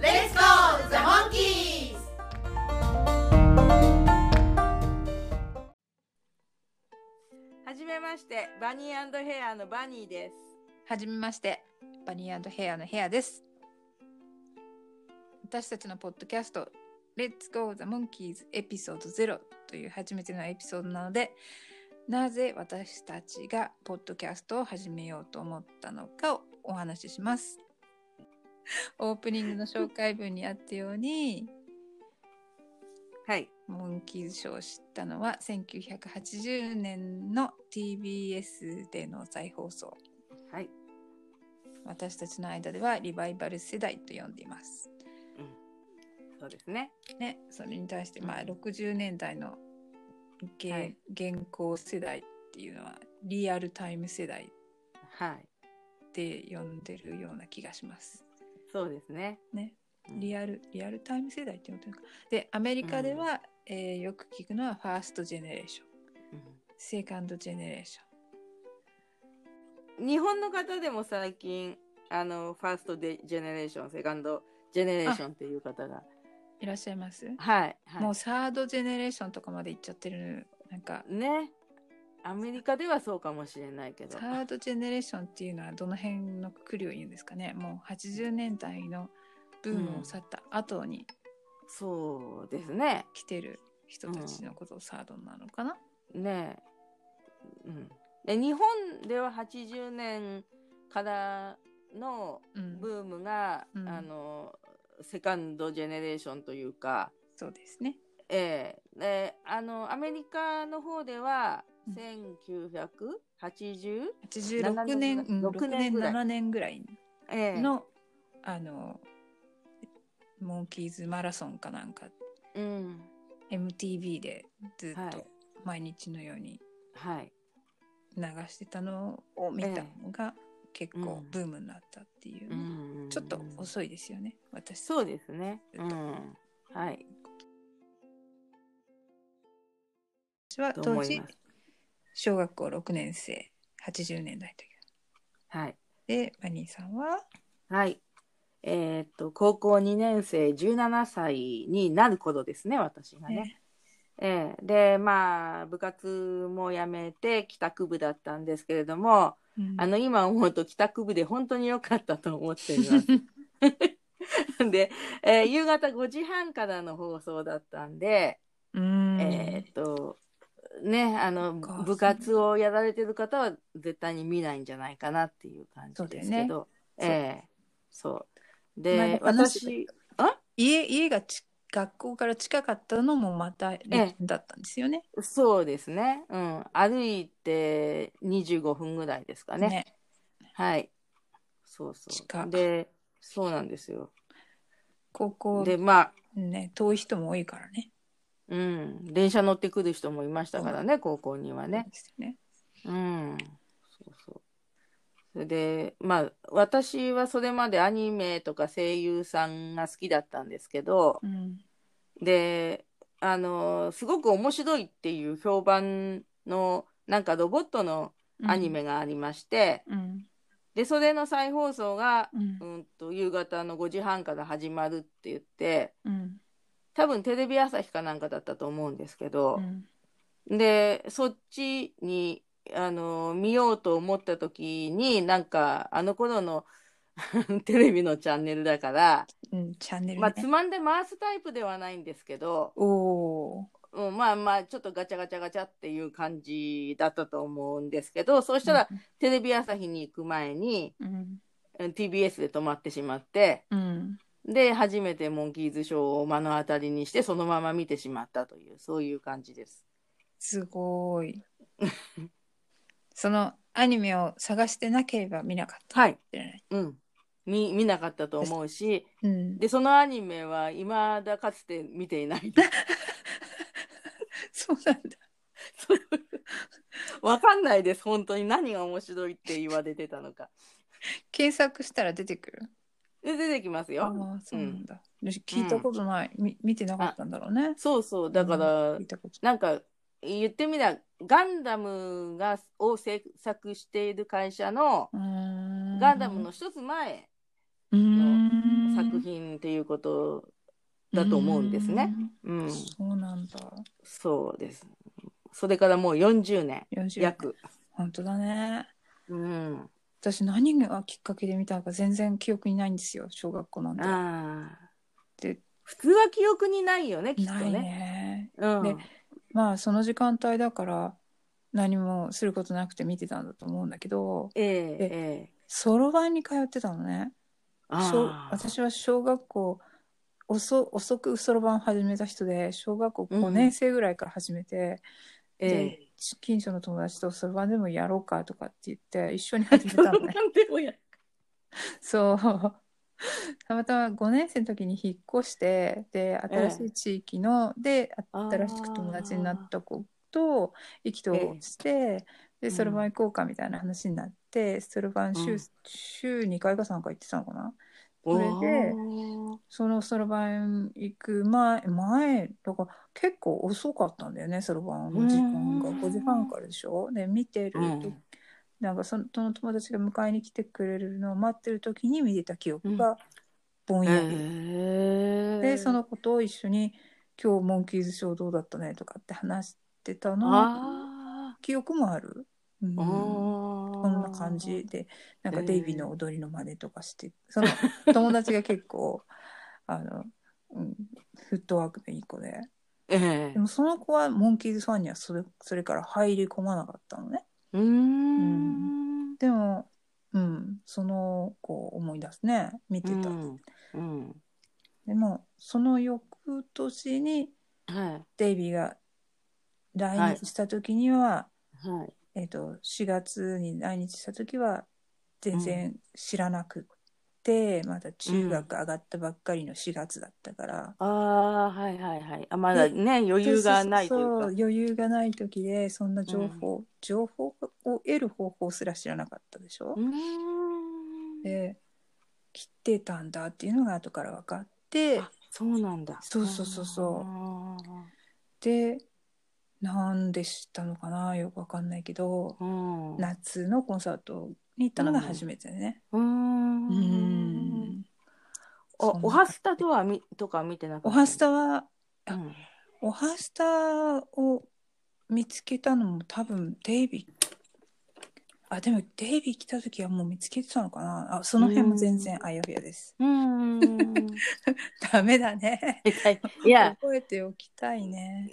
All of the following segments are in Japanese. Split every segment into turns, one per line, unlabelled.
Let's go, the monkeys!
はじめましてバニーヘアのバニーです
はじめましてバニーヘアのヘアです私たちのポッドキャスト Let's Go the Monkeys エピソード0という初めてのエピソードなのでなぜ私たちがポッドキャストを始めようと思ったのかをお話ししますオープニングの紹介文にあったように
はい
モンキーズ賞を知ったのは1980年の TBS での再放送
はい
私たちの間ではリバイバル世代と呼んでいます。
そうですね
ね、それに対して、まあ、60年代の現,、
はい
現行世代っていうのはリアルタイム世代
はい
って呼んでるような気がします。
そうですね
ね、リアルリアルタイム世代って呼んでるのか。でアメリカでは、えーよく聞くのはファーストジェネレーションセカンドジェネレーション
日本の方でも最近あのファーストでジェネレーションセカンドジェネレーションっていう方が
いらっしゃいます、
はい、はい、
もうサードジェネレーションとかまで行っちゃってるなんか
ねアメリカではそうかもしれないけ
サ
ど
ードジェネレーションっていうのはどの辺のくくりを言うんですかねもう80年代のブームを去った後に
そうですね
来てる人たちのことをサードなのかな、
ねうんで日本では80年からの
うん
ブームが、
うん
あのセカンドジェネレーションというか、
そうですね
ええであのアメリカの方では
うん
1980?、
86年うん
7
6年
年ぐらい
7年ぐらい
ええ
の、あのモンキーズマラソンかなんか
うん、
MTV でずっ
はい
と毎日のように
はい
流してたのを見たのが結構
うん
ブームになったっていうね、
うん
ちょっと遅いですよね私
そうですね、
えっと
うん、はい
私は
と
当
思い
時
ます
小学校6年生80年代という
はい
でマニーさんは
はい。えーっと、高校2年生、17歳になる頃ですね、私がね。ええで、まあ、部活も辞めて、帰宅部だったんですけれども、あ の、今思うと帰宅部で本当に良かったと思ってい ます。で、えー夕方5時半からの放送だったんで、
うん
えーっと、ね、あの、
っか
部活をやられてる方は絶対に見ないんじゃないかなっていう感じですけど、
そうだ
え
よ
えそう。
前
で
も、話して
私、
家家がち学校から近かったのもまた
ええ
だったんですよね。
そうですね、うん、歩いて25分ぐらいですかね。はい。そうそ
近
う。で、そうなんですよ。
高校
で、まあ、
ね遠い人も多いからね。
うん、電車乗ってくる人もいましたからね、高校にはね。
ですよね。
うん、そうそう。それで、まあ、私はそれまでアニメとか声優さんが好きだったんですけど、
うん
で、あの、すごく面白いっていう評判の、なんかロボットのアニ。メがありまして、
うん
で、それの再放送が、
うん
うんと、夕方の5時半から始まるって言って、
うん
多分テレビ朝日かなんかだったと思うんですけど
う、ん
で、そっちに、あの、見ようと思った時に、なんか、あの頃の テレビのチャンネルだから、
うんチャンネル
まあ、つ
ね。
まんで回すタイプではないんですけど、
おお
うん、まあまあ、ちょっとガチャガチャガチャっていう感じだったと思うんですけど、そう
ー。
したら、テレビ朝日に行く前に、
うん
うん TBS で止まってしまって、
うん
で、初めてモンキーズショーを目の当たりにして、そのまま見てしまったという、そういう感じです。
すごい。 そのアニメを探してなければ見なかった。
はい。
い。
うん。見見なかったと思うし
うん、
でそのアニメはいまだかつて見ていない
そうなんだ。
そうわかんないです本当に何が面白いって言われてたのか
検索したら出てくる。
で出てきます
ああ
よ
ー、そうなんだ。私聞いたことない、み、見てなかったんだろうね。
そうそうだから、
聞いたこと。
なんか言ってみりゃガンダムがを制作している会社のガ
ガ
ンダムの一つ前
の
作品っていうことだと思うんですね。。うん、
うんそうなんだ。
そうです。それからもう40年
40
約。
本当だね。
うん、
私何がきっかけで見たのか全然記憶にないんですよ小学校なんて。
あー
で
普通は記憶にないよねきっと
ない
ね。
ね。
うん
でまあその時間帯だから何もすることなくて見てたんだと思うんだけど
ええ
で
ええ
そろばんに通ってたのね。小
あー
私は小学校遅遅くそろばんを始めた人で小学校
うんう
5
ん
年生ぐらいから始めて、
ええ
で近所の友達とそろばんでもやろうかとかって言って一緒に始めた のね
なんでもや
そうたまたま5年生の時に引っ越してで新しい地域の、で新しく友達になった子と意気投合して、
え
でそろばん行こうかみたいな話になってそろばん週,、
うん
週2回か3回行ってたのかな。
あー
それでそのそろばん行く前前とか結構遅かったんだよねそろばんの時間が
うん
5時半からでしょで見てると、
うん
なんかそのその友達が迎えに来てくれるのを待ってる時に見てた記憶がぼんやり、
ええ
でそのことを一緒に「今日モンキーズショーどうだったね」とかって話してたの
あ
記憶もある、うん、
あ、
こんな感じでなんかデイビーの踊りの真似とかして、その友達が結構 あの、うん、フットワークのいい子で
ええ
でもその子はモンキーズファンにはそれそれから入り込まなかったのね
うーん
でもうんその子を思い出すね見てた、
うんうん
でもその翌年に
は
デイビーが来日した時には、
いはい
えっと4月に来日した時は全然知らなくて、まだ中学上がったばっかりの4月だったから、
ああはいはいはいあまだね余裕がないという
そ
か
う余裕がない時でそんな情報、情報を得る方法すら知らなかったでしょ、
うーん
で来てたんだっていうのが後から分かって
あそうなんだ
そうそうそうそう
う
でなんで知ったのかなよく分かんないけど、
んう
夏のコンサートに行ったのが初めてね。
ーんおおはスタとはみとか見てなかった
おはスタは
う
あ
ん
おはスタを見つけたのも多分デイビーあでもデイビー来た時はもう見つけてたのかなあその辺も全然あやふやです
うーん
ダメだね
いや
覚えておきたいね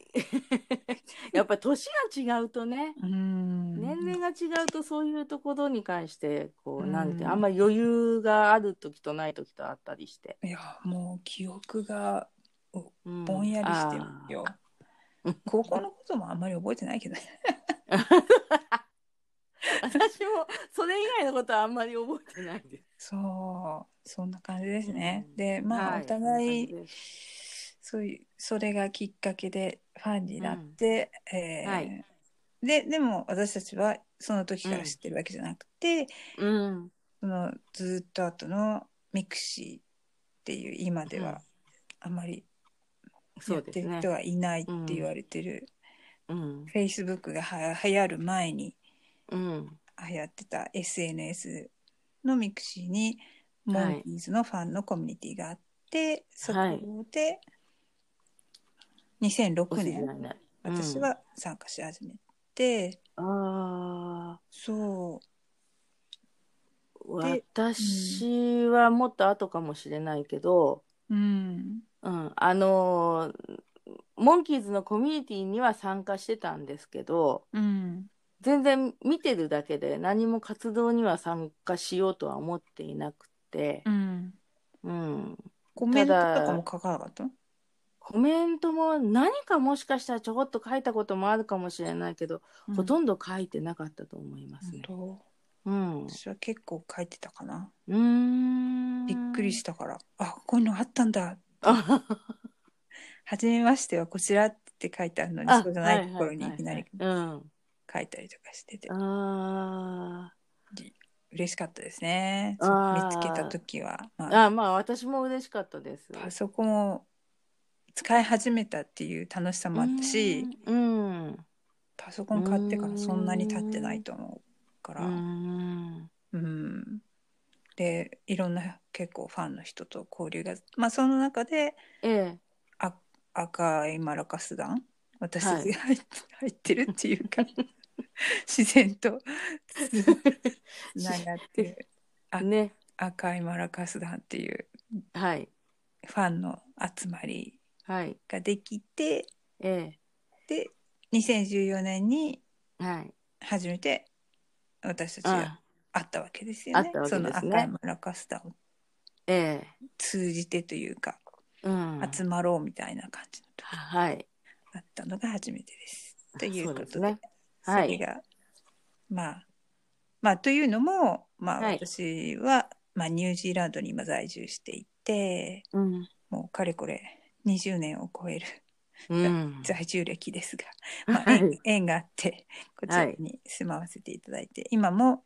やっぱ年が違うとね
うん
年齢が違うとそういうところに関してこう
うん
なんてあんまり余裕がある時とない時とあったりして、
いやもう記憶が
うん
ぼんやりしてるよ、 高校のこともあんまり覚えてないけどね
あー 私もそれ以外のことはあんまり覚えてないです
そうそんな感じですね、
うん
でまあ、
はい
お互
そんな感じ
い
で
そういうそれがきっかけでファンになって、えー
はい
ででも私たちはその時から知ってるわけじゃなくて、
うん
そのずっと後のミクシーっていう今で
うん
はあまり
そ
や
う
っ
で
て
す
る
ね
人はいないって言われてる、
うん、
Facebook がは流行る前に
うん、
流行ってた SNS のミクシーにモンキーズのファンのコミュニティがあって、そこで2006
お知り合
年、
いねうん
私は参加し始めて、
ああ
そうで
私はもっと後かもしれないけど、
うん
うん、あのーモンキーズのコミュニティには参加してたんですけど、
うん
全然見てるだけで何も活動には参加しようとは思っていなくて、
うん
うん、
コメントとかも書かなかった
コメントも何かもしかしたらちょこっと書いたこともあるかもしれないけど、ほと
ん
んど書いてなかったと思いますね。
ど
うん、う
私は結構書いてたかな
ーん
びっくりしたから、あこういうのあったんだ
た。
はじめましてはこちらって書いてあるのに
あ
そうじゃないところにいきなり
ははは
書いたりとかしてて
いうん。あ
嬉しかったですねそう
あー
見つけた時は、まあ、
あ。あ、まあ私も嬉しかったです。
パソコンを使い始めたっていう楽しさもあったし、
うん。うん。
パソコン買ってからそんなに経ってないと思うから、
うん
うん、でいろんな結構ファンの人と交流が、まあ、その中で
ええ。
あ赤いマラカス団私た
は
ち
い
が入って,、入ってるっていうか 自然とつ ながってるあ
ね。
赤いマラカス団っていう
はい。
ファンの集まり
はい。
ができて
え
で2014年に
え。はい。
初めて私たちが
あ
会ったわけですよね。
会った
そ
わけ
の
ですね
赤いマラカス団を
え
通じてというか、
え。うん。
集まろうみたいな感じの時
はい。
だったのが初めてです。ということで
そ
そう
ですねはい
れがまあまあというのも、まあ、
はい
私は、まあ、ニュージーランドに今在住していて
うん。
もうかれこれ20年を超える
うん。
在住歴です が、まあ、
は
縁
い。
縁があってこちらに住まわせていただいて、今も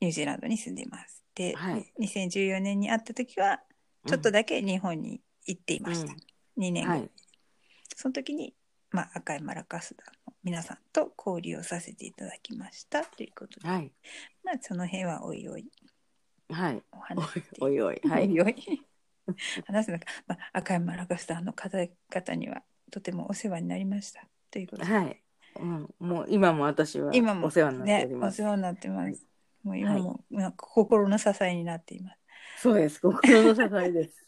ニュージーランドに住んでいます。で、
はい
2014年に会った時はちょっとだけ日本に行っていました。
うん
2年後
はい。
その時に、まあ、赤いマラカス団の皆さんと交流をさせていただきましたということで、
はい。
まあ、その辺はおいおい
はい。
お話しして
おいおい。は
お
い。
いおい 話すのか、まあ、赤いマラカス団の方々にはとてもお世話になりましたということで、
はい。うん。もう今も私は
今も
お世話になっており
ね
ま
お
す。
世話になってます、
はい
もう今もなんか心の支えになっています。
そうです。心の支えです。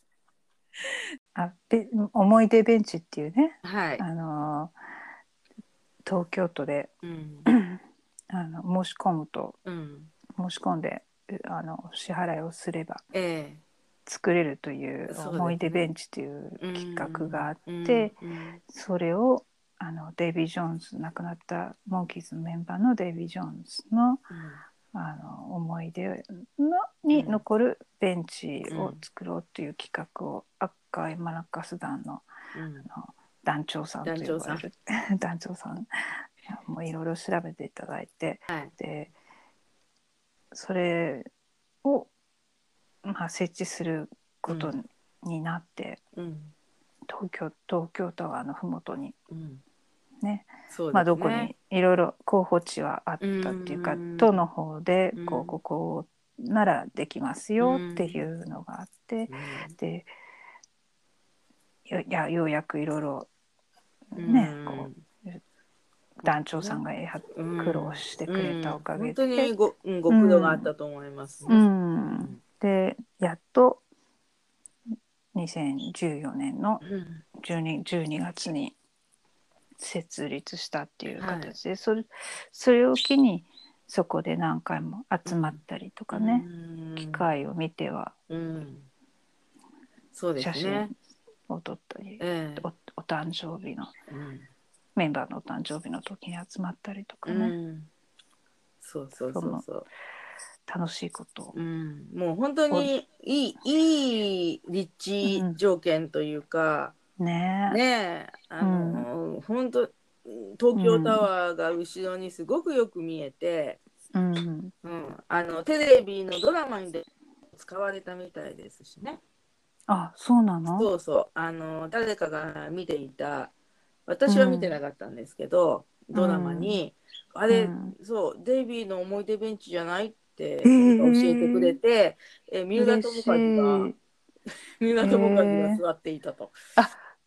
あべ思い出ベンチっていうね、
はい
あ。のー東京都で
うん。
あの申し込むと
うん。
申し込んでえあの支払いをすれば
え
作れるという
そうですね
思い出ベンチという
え。
企画があってそ,、
うん、うん
れをあのデイビー・ジョーンズ亡くなったモンキーズのメンバーのデイビー・ジョーンズの
うん
あの思い出のに
うん
残るベンチ
う
を
ん
作ろうという企画を赤いマラカス団の
うん
団長さんと呼
団長さ
ばれる 団長さんもういろいろ調べていただいて
はい。
でそれを、まあ、設置することになって、
うん。
東京東京タワーの麓に
うん。
ね
そうですね。
まあ、どこにいろいろ候補地はあったっていうか
うん
都の方でこ
う
うんここならできますよっていうのがあって
う
でよいやようやくいろいろ
ん。
ね
うん
こ団長さんがえは
うん
苦労してくれたおかげで
うん本当にごうんご苦労があったと思います。
う、
うんん
でやっと2014年の
うん。
12, 12月に設立したっていう
はい
形で、それそれを機にそこで何回も集まったりとかね、
うん
機会を見ては
うん。そうです
写
ね
真。を撮ったり、
ええ
おお誕生日の
うん
メンバーのお誕生日の時に集まったりとかね、
うんそうそうそうそう。
楽しいことを、
うん、もう本当にいいいい立地条件というか、
ね
ねえあの、本当東京タワーが後ろにすごくよく見えて、
うん、
うん、あのテレビのドラマにで使われたみたいですしね
あそうなの
そうそうあの誰かが見ていた私は見てなかったんですけど、ドラマに、あれ、
うん
そうデイビーの思い出ベンチじゃないって教
ー
えてくれて、え三浦
嬉
友
し
和が。
い
港友和が座っていたと。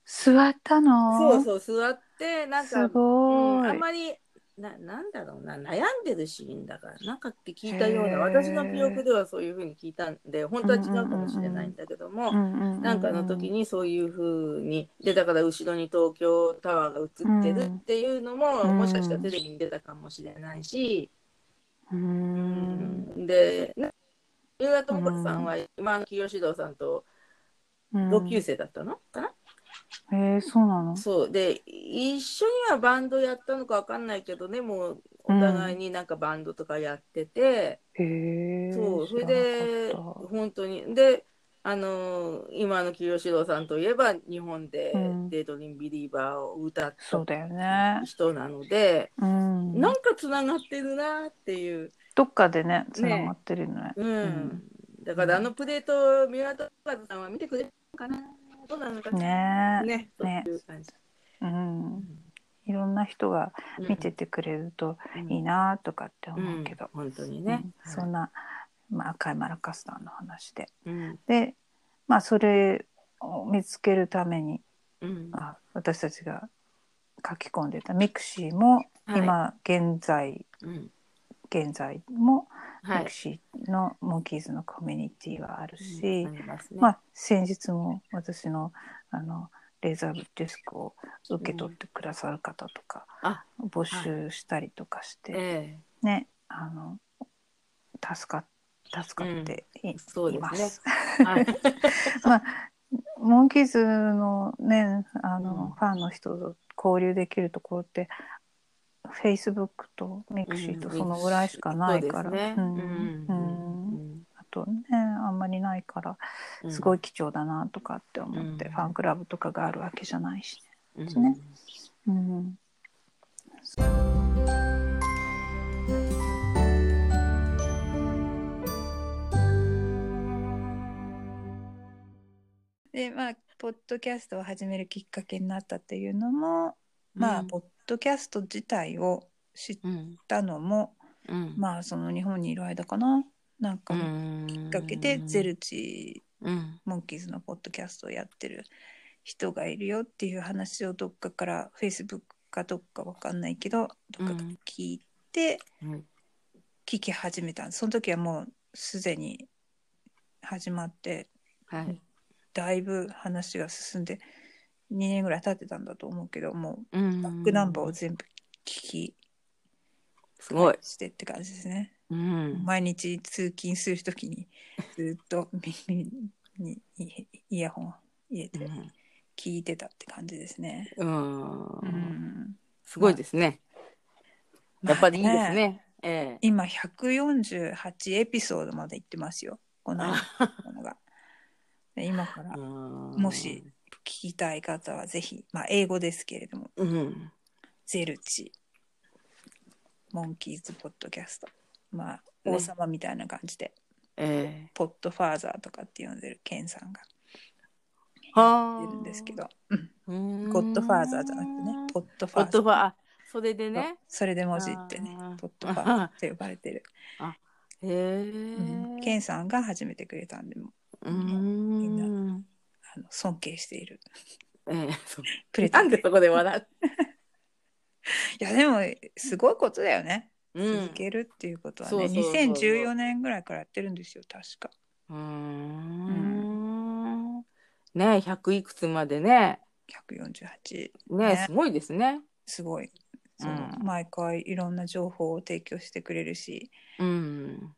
座ったの
そうそう座ってなんか
すご
うん
い、
あんまりななんだろうな悩んでるシーンだからなんかって聞いたような私の記憶ではそういうふうに聞いたんで本当は違うかもしれないんだけども、
うんうんうう
なんかの時にそういうふうにでだから後ろに東京タワーが映ってるっていうのも、
うん
もしかしたらテレビに出たかもしれないし、
うーん
でね三浦友子さんは今の清志郎さんと
うん
同級生だったのかな、
えー、そうなの
そうで一緒にはバンドやったのかわかんないけどねもうお互いになんかバンドとかやってて、
へえ
そうそれ
知らな
で
かっ
本当にであのー今の清志郎さんといえば日本で
うん
「デイドリンビリーバー」を歌っ
そうだよ
た
ね。
人なので、
うん。
なんかつながってるなっていう、
どっかでね、つながってるのね。
うん
ん
だからあのプレート三浦貴和さんは見てくれるのかなどうなのかな
ね
ねそう
ね
いう感じ、
うん。いろんな人が
うん
見ててくれるといい
な
なとかって思うけど。
本当にね、
うんそんな、まあ、赤いマラカスターの話で。
うん
で、まあ、それを見つけるために、
うん
あ私たちが書き込んでたミクシーも、
はい
今、現在、
うん
現在も、
は
ミ
い
クシーのモンキーズのコミュニティはあるし、
ありますね
まあ、先日も私のあのレーザーディスクを受け取ってくださる方とか
うんあ
募集したりとかして、
え
ねあの助か助かってい,、
えそう
い
で
ますす。
ね。はい、
モンキーズのねあ
うん
の、ファンの人と交流できるところってフェイスブックとミクシーとそのぐらいしかないから、
そうですね。
うんうんあとねあんまりないからすご
い
い貴重だなとかって思って、
うん
ファンクラブとかがあるわけじゃないし、
です
ね。うん、でまあポッドキャストを始めるきっかけになったっていうのも、まあポッドキャスト自体を知っ
うん
たのも、
うん
まあその日本にいる間かななんかの
き
きっかけで、ゼルチ
うん
モンキーズのポッドキャストをやってる人がいるよっていう話をどっかから Facebook かどっかわかんないけどどっかから聞いて
うん
聞き始めたんですその時はもうすでに始まって
はい
だいぶ話が進んで2年ぐらい経ってたんだと思うけども
う
うんバックナンバーを全部聞き
すごい。
してって感じですね。
うん
毎日通勤する時にずっと耳にイイヤホンを入れて聞いてたって感じですね。
うんう
うんん
すごいですね。やっぱりいいですね。ええ。
今148エピソードまで行ってますよ。このも のが。で今から聞
も
もし。きたい方はぜひ、まあ英語ですけれども、
うん。
ゼルチ、モンキーズポッドキャスト。まあ
ね
王様みたいな感じで、
ええ。
ポッドファーザーとかって呼んでるケンさんが
はい
るんですけ。ど、うん
ゴ
ゴッドファーザーじゃなくてね、ポッドフ
ゴ
ァ
ッ
ーザ
ド
ー。
ファーあそれでね。
それで文字ってね
あー、
ポッドファーザーって呼ばれてる。
へ
うん、
え
ケ。ンさんが始めてくれたんで、
うん
みんあの尊敬している
ええそう
プレタ
な
ン
んでそこで笑
いやでもすごいことだよね、
う。うん
続けるっていうことはね
そうそうそうそう
2014年ぐらいからやってるんですよ確か
うーん。ねえ、100いくつまでね。
148
ねえ、
ね
すごいですね。
すごいその、
うん
毎回いろんな情報を提供してくれるし
うん。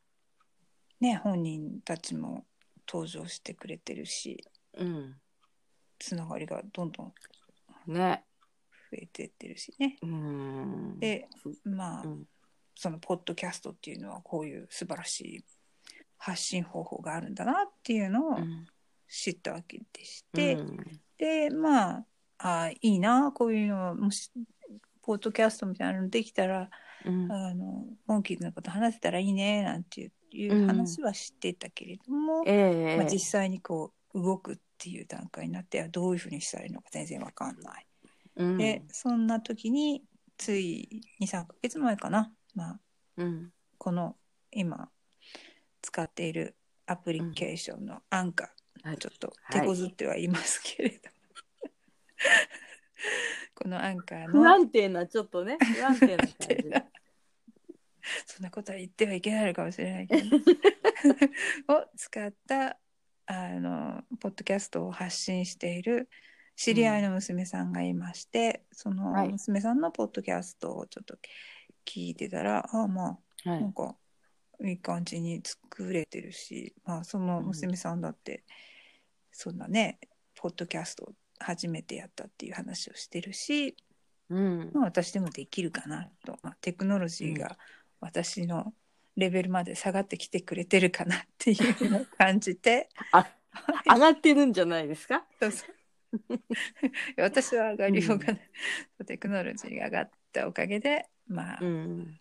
ね本人たちも登場してくれてるし
うん。
つながりがどんどん増
ね
えてってるしね
え。うん。
ですまあ、
うん
そのポッドキャストっていうのはこういう素晴らしい発信方法があるんだなっていうのを
うん
知ったわけでして、
うん
でまああいいなこういうのもしポッドキャストみたいなのできたら、
うん
あのモンキーズのこと話せたらいいねなんていういう
うん
話はしてたけれども、
ええ
まあ、実際にこう動くっていう段階になってはどういうふうにしたらいいのか全然わかんない。
うん
でそんな時につい23ヶ月前かな、まあ、
うん
この今使っているアプリケーションのアンカー、
はい
ちょっと
はい
手こずってはいますけれど、 このアンカー
不
の
安定なちょっとね不安定な感じ
不安定なそんなことは言ってはいけないのかもしれないけ どを使ったあのポッドキャストを発信している知り合いの娘さんがいまして、そ
は
の
い
娘さんのポッドキャストをちょっと聞いてたら、ああまあな
は
ん
い
かいい感じに作れてるし、まあ、その娘さんだって、そんなねポッドキャストを初めてやったっていう話をしてるし、
うん
まあ、私でもできるかなと、まあ、テクノロジーが 私のレベルまで下がってきてくれてるかなっていうのを感じて、
あ上がってるんじゃないですか
そうそう私は上がりようがない、テクノロジーが上がったおかげでまあ、
うん。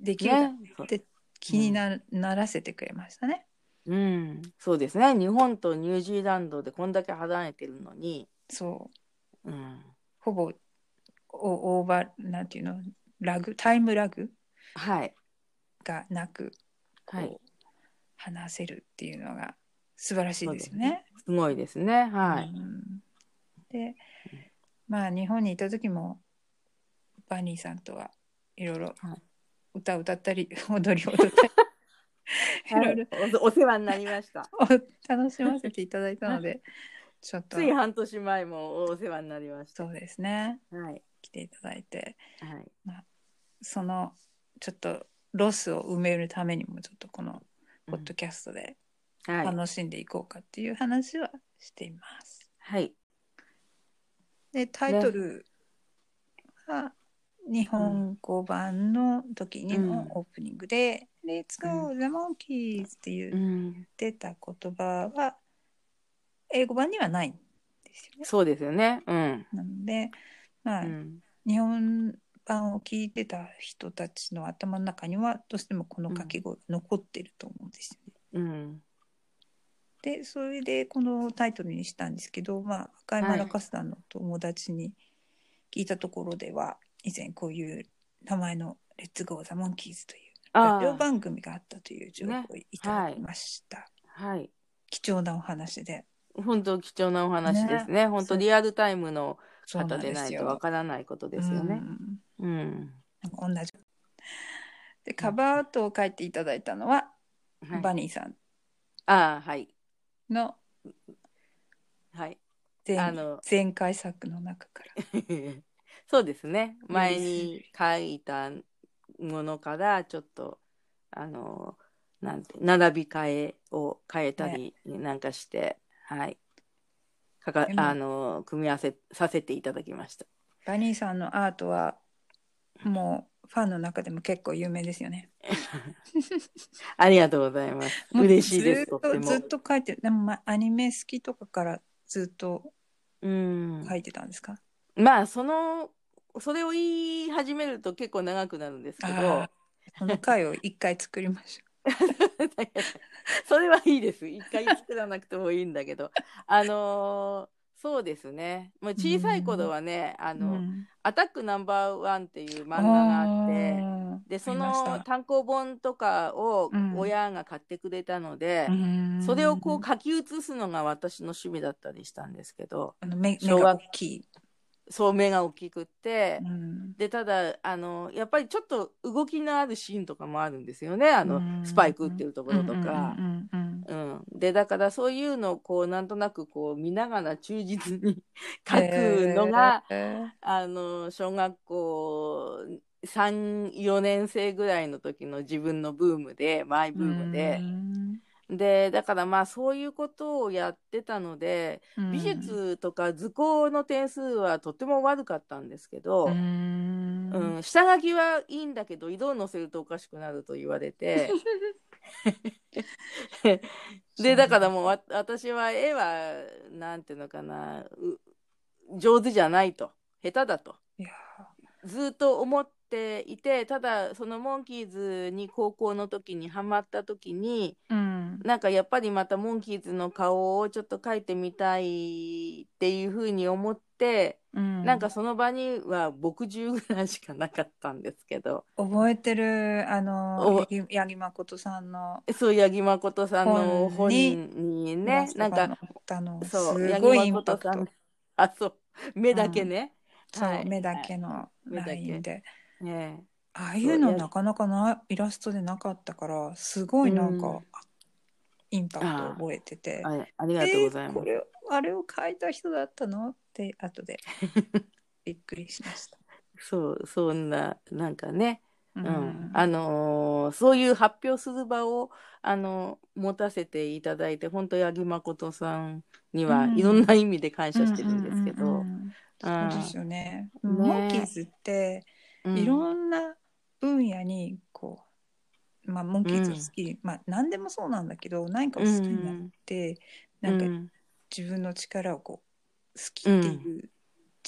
できるだ
ね。
気にな,、ならせてくれましたね
うん。そうですね。日本とニュージーランドでこんだけ離れてるのに、
そう
うん。
ほぼおオーバーなんていうのラグタイムラグ
はい。
がなくこう、
はい
話せるっていうのが素晴らしいですよ
そう
ね。
すごいですね。はい。
うんでまあ日本にいた時もバニーさんとはいろいろ
はい
歌を歌ったり踊りを踊ったりいろいろ
はいおお世話になりま した。
楽しませていただいたのでちょっと
つい半年前もお世話になりました。
そうですね
はい。
来ていただいて
はい。
そのちょっとロスを埋めるためにもちょっとこの
うん
ポッドキャストで
はい。
楽しんでいこうかっていう話はしています。
はい。
でタイトルは日本語版の時に
うん
のオープニングで「レッツゴ
う。
ーザモンキーズ」っていううん出た言葉は英語版にはないんですよね。
そうですよね。うん。
なのでま
う
あ、
ん。
日本版を聞いてた人たちの頭の中にはどうしてもこの掛け声が残ってると思うんですよね。
うん。
でそれでこのタイトルにしたんですけど、まあ、赤いマラカスさんの友達に聞いたところでは、以前こういう名前の「レッツゴーザモンキーズ」というラジオ
あ
番組があったという情報をいただきました、
あ。はい。
貴重なお話で
本当貴重なお話ですね。本当
そう
リアルタイムの
そうな
方
ん
で
で
な
す
い
よ
とわからないことですよね
う。ん
うん。
なんか同じでカバーアートを書いていただいたのは、
は
バ
い、
ニーさん
ああ、はい。
の
はい。
前
あの
前回作の中から
そうですね。
うん
前に書いたものからちょっとあのなんて並び替えを変えたりなんかして、はい。かか
でも
あの組み合わせさせていただきました。
バニーさんのアートはもうファンの中でも結構有名ですよね。
ありがとうございます。
もう
嬉しいです。
ず
と
っ
って
と
も
ずっ。と書いてるでも、まあ、アニメ好きとかからずっと
うん。
書いてたんですか、
まあそのそれを言い始めると結構長くなるんですけど
ああ。この回を一回作りましょ
それはいいです。一回作らなくてもいいんだ けど。あのーそうですね。もう小さい頃はね、あ
う。
の、
うん
アタックナンバーワンっていう漫画があって、
あー
で、そ
ありま
の
した
単行本とかを
うん
親が買ってくれたので
う、ん
それをこう書き写すのが私の趣味だったりしたんですけど、
あの目目
小
が
学
大きい。
そう目が大きくって、
うん
で、ただ、あの、やっぱりちょっと動きのあるシーンとかもあるんですよね。あ
う
の
ん、
スパイク打ってるところとか
う。んうんうん
うん、でだからそういうのをこうなんとなくこう見ながら忠実に書
うん
くのが、、
えー
あの小学校34年生ぐらいの時の自分のブームでマイブームで、でだからまあそういうことをやってたので
うん
美術とか図工の点数はとても悪かったんですけど。
う
うんん、下書きはいいんだけど色を載せるとおかしくなると言われ てでだからもうわ私は絵はなんていうのかなう上手じゃないと下手だと
いや
ずっと思っていてただそのモンキーズに高校の時にハマった時に
ーうん
なんかやっぱりまたモンキーズの顔をちょっと描いてみたいっていうふうに思って。
うん
なんかその場には墨汁ぐらいしかなかったんですけど、
覚えてるあ
お
の八木八木誠さんの
そう、八木誠さんの
本
本
に
にね、なん
松坂
か、
の歌の
そう、
す
八
ごいイ
木
ンパ
誠
ク
さ
ト
ん。あ、そう、目だけね。
そう、
はい
目だけの
目だけ
ラインで
ええ
ああいうのなかなかなイラストでなかったからすごいなんか、
うん
インパクトを覚えてて
あありがとうござい
えー
ま
こ
す。
れあれを描いた人だったのって後 でびっくりしました。
そう、そんな、なんかね、
う
うんん、あのーそういう発表する場を、あのー持たせていただいて、本当八木誠さんには、
うん
いろんな意味で感謝してるんですけ
うんうんう
ど、
ん
う
うん
ん
そうですよね。
ね
モンキーズって
うん
いろんな分野にこう、まあ、モンキーズを好き、まあ、何でもそうなんだけど何かを好きになって、なんか
ん
自分の力をこう好きっていう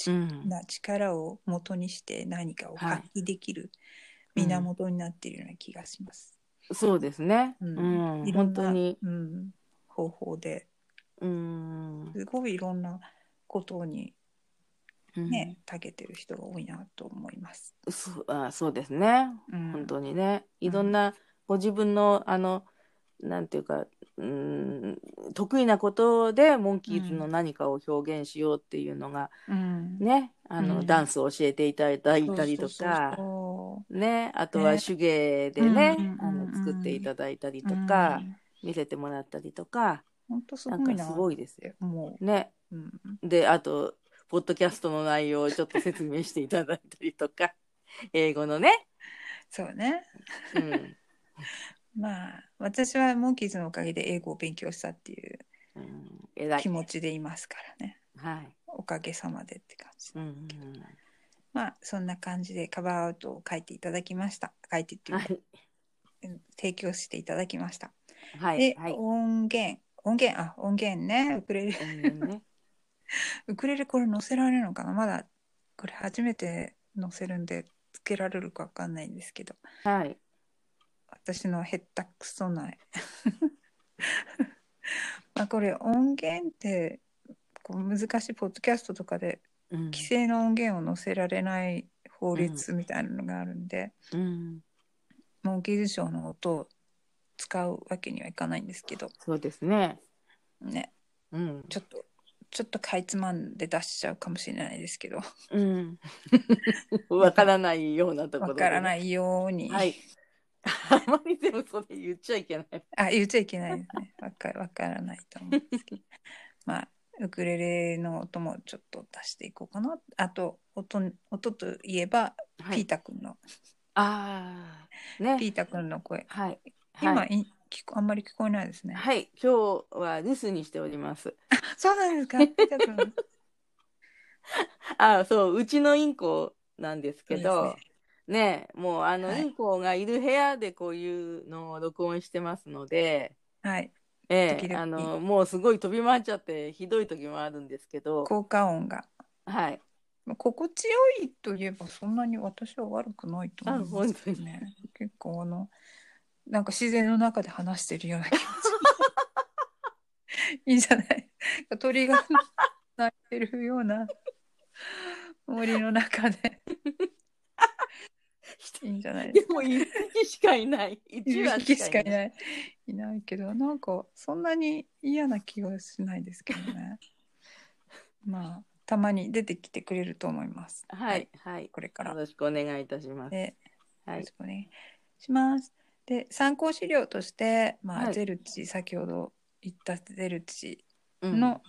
うん
な力を元にして何かを発揮できる
はい
源になっているような気がします。
そうですね。う
うん
ん、
いろん
本
な
当に。
うん、方法で
うん。
すごいいろんなことに
うん
ね、長けてる人が多いなと思います。
そうあそうですね。
うん
本当にね。いろんなご自分の、あの、なんていうか、うん、得意なことでモンキーズの何かを表現しようっていうのが、
うん、
ね、あの、
うん
ダンスを教えていただい
そう
たりと
そうそう
か、
そ
ね、あと
ね
は手芸でね、
うんうんうん
あの作っていただいたり
う
とか、
うん
見せてもらったりとか、
本当すご
ないん
な
かすごいですよ。
も
ね。
う、うん、
で、あと、ポッドキャストの内容をちょっと説明していただいたりとか、英語のね。
そうね。
うん。
まあ私はモンキーズのおかげで英語を勉強したっていう
うん、偉い
気。持ちでいますからね。
はい。
おかげさまでって感じ。
うん
まあそんな感じでカバーアウトを書いていただきました書いてって
うん。
いう
は
か、
い。
うん提供していただきました、
はい。
で、
はい。
音源音源あ音源ねウクレレ
うん ね
ウクレレこれ載せられるのかなまだこれ初めて載せるんでつけられるか分かんないんですけど
はい。
私のヘッタクソない まあこれ音源ってこう難しいポッドキャストとかで
うん
規制の音源を載せられない法律みたいなのがあるんで、
うん。
モンキーズショーの音を使うわけにはいかないんですけど
そうですね。
ね
うん。
ちょっとちょっとかいつまんで出しちゃうかもしれないですけど
うん。 わからないようなところ
わ
で
か
ね
らないように、
はい。あまりでもそれ言っちゃいけない。
あ言っちゃいけないですね わかわからないと思うんですけど まあウクレレの音もちょっと出していこうかなあと音音といえば、
は
ピー。タくんの
ああ。ね。
ピータくんの声
はい。
今、
はい、
い聞こあんまり聞こえないですね、
はい今日は留守にしております。
そうなんですか ピータくんそう
ああ、そう、うちのインコなんですけ
です
ど
ね、
ねもうあの、
はい
インコがいる部屋でこういうのを録音してますので、
はい
ええ
時々
あの、もうすごい飛び回っちゃって、ひどい時もあるんですけど、
効果音が
はい。
まあ心地よいといえばそんなに私は悪くないと思いますけどね。結構あのなんか自然の中で話してるような気持ち。いいじゃない。鳥が鳴いてるような森の中でいいんじゃない
でも一匹しかいない。一
一
羽
匹しかい
い。
ない。いないけどなんかそんなに嫌な気はしないですけどね。まあたまに出てきてくれると思います。
はい、はい。
これから
よ。ろしくお願いいたします。
で、
は
よ
い
ろしくお願いします。で、参考資料として、まあ、
はい
ゼルチ、先ほど言ったゼルチ
うん、
の、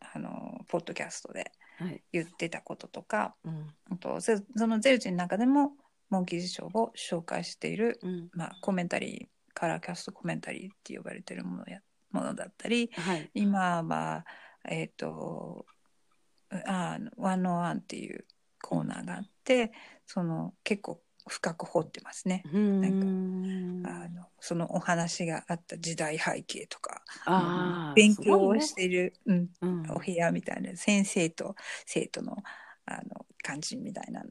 あの、ポッドキャストで
はい。
言ってたこととか、
うん、
あと、そそのゼルチの中でも、モンキー辞書を紹介している、
うん、
まあ、コメンタリー、カラーキャストコメンタリーって呼ばれてるものや、ものだったり、
はい。
今は、えっ、と、あワンオワンっていうコーナーがあって、その結構深く掘ってますね。
うん
あのそのお話があった時代背景とか、
あー
勉
す
強
ごい
を
ね
しているうん、
うん
お部屋みたいな先生と生徒のあの感じみたいな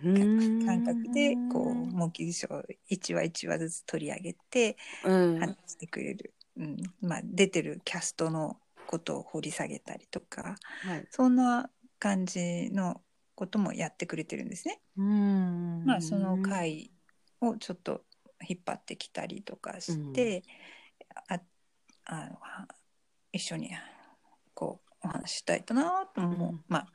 感覚でこうモンキー賞を1話1話ずつ取り上げて
うん、
話してくれる、うんまあ、出てるキャストのことを掘り下げたりとか
はい
そんな感じのこともやってくれてるんですね。
うん
まあ、その回をちょっと引っ張ってきたりとかして、ああのは一緒にこうお話ししたいとなとも、
うん
まあ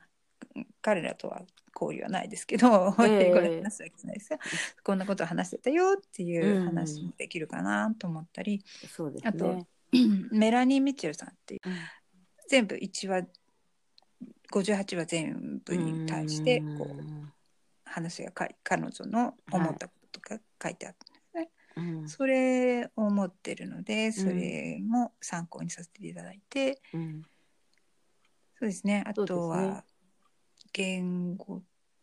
彼らとは交流はないですけど、
え え
英語で話すわけじゃないですよこんなこと話してたよっていう話もできるかなと思った り、
そうですね。
あとメラニー・ミッチェルさんっていう全部1話58話全部に対してこう話がかい彼女の思ったこととか書いてあって、
うん、
それを持ってるのでそれも参考にさせていただいて、
うん、
そうですねあと
そうですね
は言語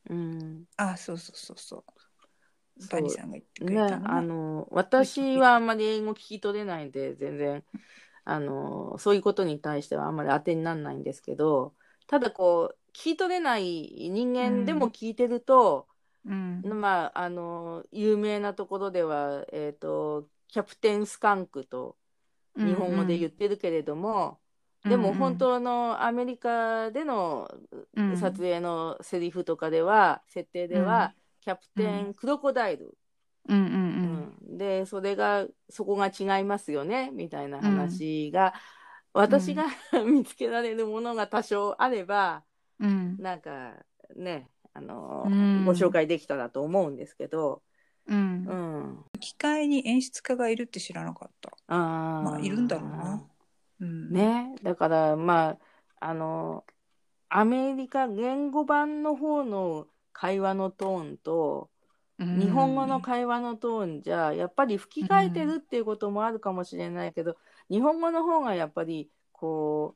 うん、
あそうそうそうそうバニーさんが言ってくれ
ね、
たの
あの私はあんまり英語聞き取れないんで全然あのそういうことに対してはあんまり当てにならないんですけどただこう聞き取れない人間でも聞いてると、
うん
まああの有名なところでは、えー、とキャプテンスカンクと日本語で言ってるけれども、でも本当のアメリカでの
うん
撮影のセリフとかでは、設定では、キャプテンクロコダイル。
うんうんうん
うんでそれがそこが違いますよねみたいな話が、私が 見つけられるものが多少あれば
うん
なんかねあの、
うん
ご紹介できたらと思うんですけど、
うん
うん、
機械に演出家がいるって知らなかった
あ
ま
ま
あいるんだろうな、うん、
ねだからまああのアメリカ言語版の方の会話のトーンと
うん
日本語の会話のトーンじゃやっぱり吹き替えてるっていうこともあるかもしれないけど、日本語の方がやっぱりこ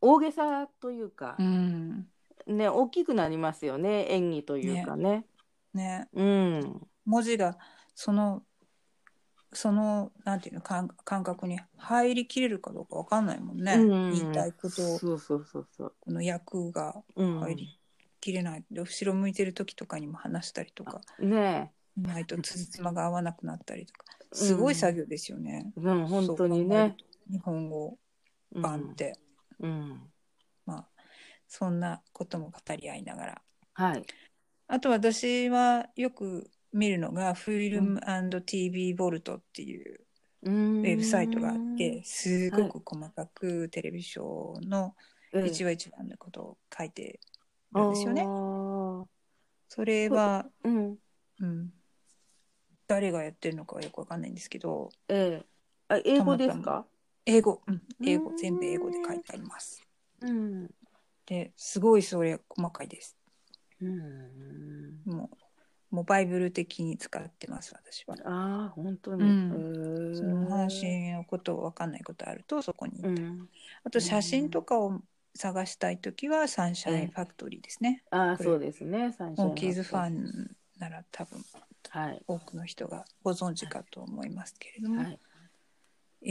う大げさというか
う、ん
ね大きくなりますよね演技というかね。
ね
うん
文字がそのそのなんていうの感感覚に入りきれるかどうかわかんないもんね、
うん
言いたいことを
そうそうそうそう。
この役が
うん、
入りきれない、で後ろ向いてる時とかにも話したりとか
ね
ないと辻褄が合わなくなったりとかすごい作業ですよね、
え、うん、本当に
そう考
ね。
えると日本語版って、
うん、うん
まあそんなことも語り合いながら
はい。
あと私はよく見るのがフィルム &TV ボルトっていう
ウ
ウ
ェ
ェブサイトがあってすごく細かくテレビショーの一話一話のことを書いてるんですよね。
あー
それは、
うん。
うん、誰がやってるのかはよくわかんないんですけど
ええ。あ、英語です
たま
か。
英語、うん、英語
うん
全部英語で書いてあります。
うん。
ですごいそれ細かいです。
うん。
もうもうバイブル的に使ってます私は。
ああ、本当に。
う
うん
その話のことわかんないことあるとそこに、
うん。
あと写真とかを探したいときはサンシャインファクトリーですね。
ああ、
これ
そうですね。最初
モ
の
ンキーズファ。ンなら多分
はい。
多くの人がご存知かと思いますけれども、、
はいい。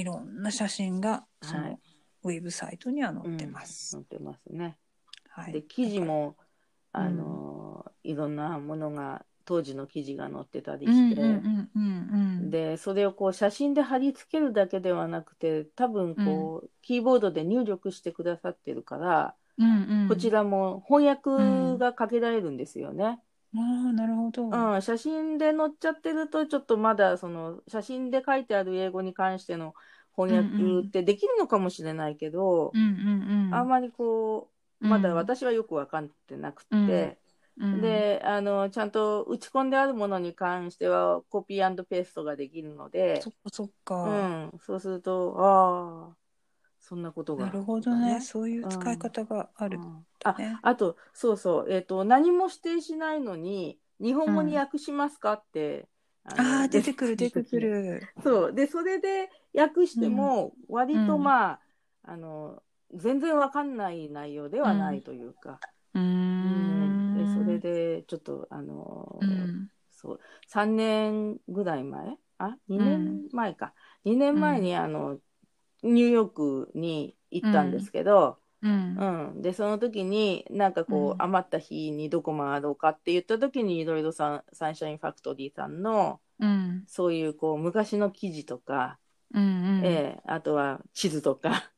ろんな写真がそ
は
の
い
ウェブサイトには
う
載
ん
ってます。
載ってますね。
はい、
で、記事も。
うん
あのー、いろんなものが、当時の記事が載ってたり
うんうん
し
う
て。
んうんうん
でそれをこう写真で貼り付けるだけではなくて多分こう、キーボードで入力してくださってるから、
うんうん、
こち
ら
らも翻訳がかけられるんですよね。
ああなるほど。
うん写真で載っちゃってるとちょっとまだその写真で書いてある英語に関しての翻
うんうん
訳ってできるのかもしれないけど、
うんうんうん、
あんまりこうまだ私はよく分かってなくて、
うん、
であのちゃんと打ち込んであるものに関してはコピーペーストができるので
そっかそっ
う
か、
ん、そうするとああそんなことが
なるほどねそういう使い方があ
あ
る、ね
ああとそうそう、えっと何も指定しないのに日本語に訳しますかって、の
ああ出てくる出てく
出て
る。
くるそうでそれで訳しても割とまあ、あの全然わかんない内容ではないというか、
うー
うんんでそれでちょっとあの、
うん
そう3年ぐらい前あ2
うん
年前か、2年前にあのニューヨークに行ったんですけど、
うん
うん、でその時になんか
う
こ
ん
う余った日にどこ回ろうかって言った時にいろいろサンサンシャインファクトリーさんの
うん
そういうこう昔の記事とか、
うん
ええあとは地図とか、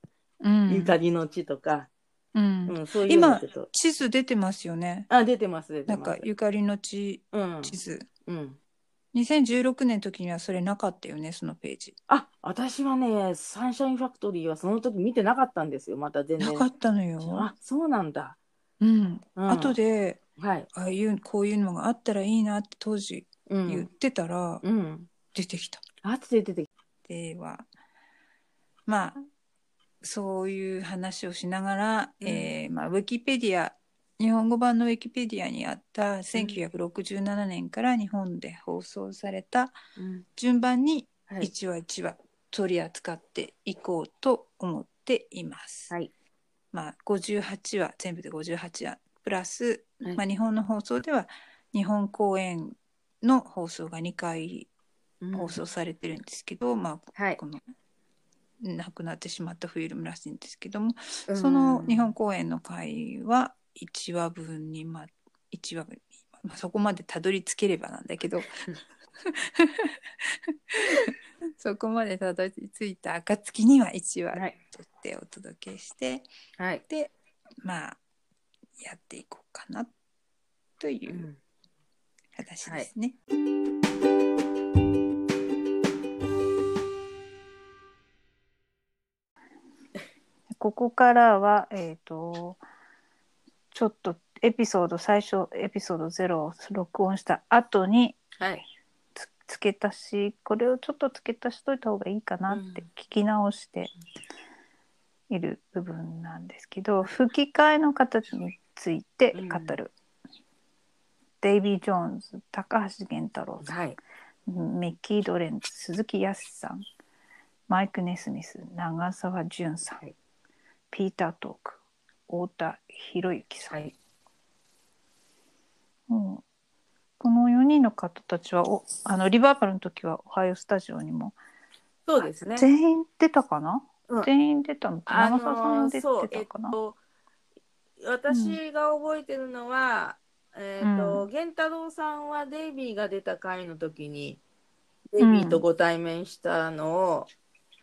うん
ゆかりの地とか、
うん
うん、そういうのちょっと
地図出てますよね
あ出てます出て
なん
ます
かゆかりの地
うん
地図
うん、
2016年の時にはそれなかったよねそのページ
あ私はねサンシャインファクトリーはその時見てなかったんですよまた全
な
然
かったのよ
あそうなんだ、
うん
うん、
後で
はい、
ああいうこういうのがあったらいいなって当時
う
言っ
ん
てたら
うん、
出てきた
後で出てき
ではまあそういう話をしながら、
うん
えーまあ、ウィキペディア日本語版のウィキペディアにあった1967年から日本で放送された
た、うん
順番に
はい
一話一話取り扱っていこうと思っています。
はい
まあ、58話全部で58話プラス、
はい
まあ、日本の放送では日本公演の放送が2回
うん
放送されてるんですけど、まあ、
はい
この亡くなってしまったフィルムらしいんですけども、その日本公演の回は1話分にま1話分に、まあ、そこまでたどり着ければなんだけ どそこまでたどり着いた暁には1話
はい
撮ってお届けして、
はい、
でまあやっていこうかなといううん話ですね。 ここからは、えー、とちょっとエピソード最初エピソード0を録音した後に
はい
つ付け足しこれをちょっと付け足しといた方がいいかなって
うん
聞き直している部分なんですけど、吹き替えの形について語る、デイビー・ジョーンズ高橋源太郎さん
はい
ミッキー・ドレンツ鈴木康さんマイク・ネスミス長澤淳さん、
はい
ピーター・トーク太田博之さん、
はい
うんこの4人の方たちはおあのリバーパルの時は「おはようスタジオ」にも
そうですね
全員出たかな、
うん
全員出たの
あの
長澤さんも出
そう
てたかな、
えっと、私が覚えてるのは、えっと源太郎さんはデイビーが出た回の時にデイビーとご対面したのを、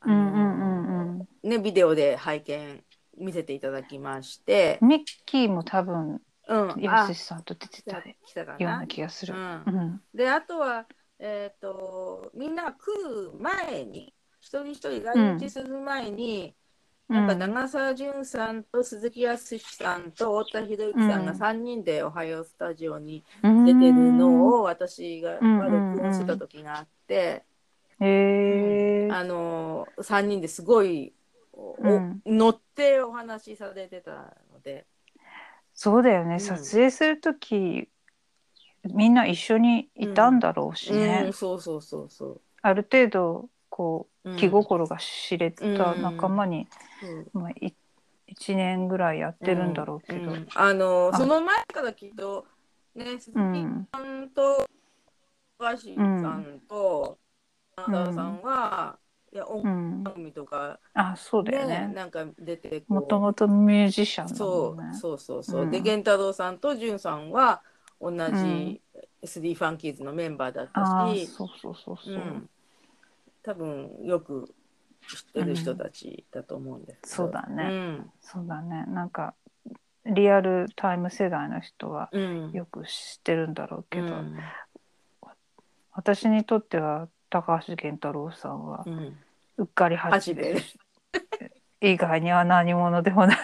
あ
う
の
んうんうんうん
ね、ビデオで拝見見せていただきまして、
ミッキーも多分
うん、
やすしさんと出て
来た
た
来たか
よう
な
な。気がする、
うん
うん
であとは、えっとみんなが来る前に一人一人来日する前に、なんか長澤淳さんと鈴木康さんと太田博之さんが
うん
3人で「おはようスタジオ」に
うん
出てるのを私が
うん
まあ録音してた時があって、
へえ
あのー、3人ですごいお
うん
乗ってお話しされてたので、
そうだよね、
ん
撮影する時みんな一緒にいたんだろうしね、
うん、そうそうそうそ
ある程度こ
う。う
うん気心が知れた仲間に、
うん
まあ、い1年ぐらいやってるんだろうけど、
んあのー
あ
その前からきっとね鈴木
うん
さんと高橋さんと長澤さんは、いや音
う
楽
ん
番組とか、
あそうだよ
ね
ね
なんか出てこう
もともとミュージシャンだ
そ
もん
う
ね
そうそうそう、
うん
で源太郎さんと潤さんは同
ん
じ SD ファンキーズのメンバーだっ
あ
た
あ
し、
そうそうそうそうう、
ん、多分よく知ってる人たちだと思うんですけど
そうだね、
ん
そうだねなんかリアルタイム世代の人は
うん
よく知ってるんだろうけど、
うん
私にとっては高橋源太郎さんは
うん
うっかり八
八
兵衛
で
以外には何者でもない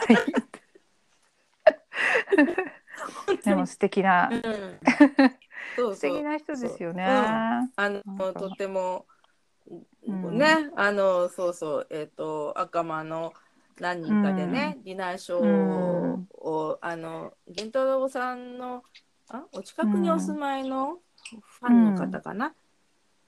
でも素敵な
うんそう
素
そ
敵
う
な人ですよね
そうあの
なんか
とっても、
うん
ねあのそうそうえっ、と赤間の何人かでね、ディナーショーを、あの源太郎さんのあお近くにお住まいのファンの方かな、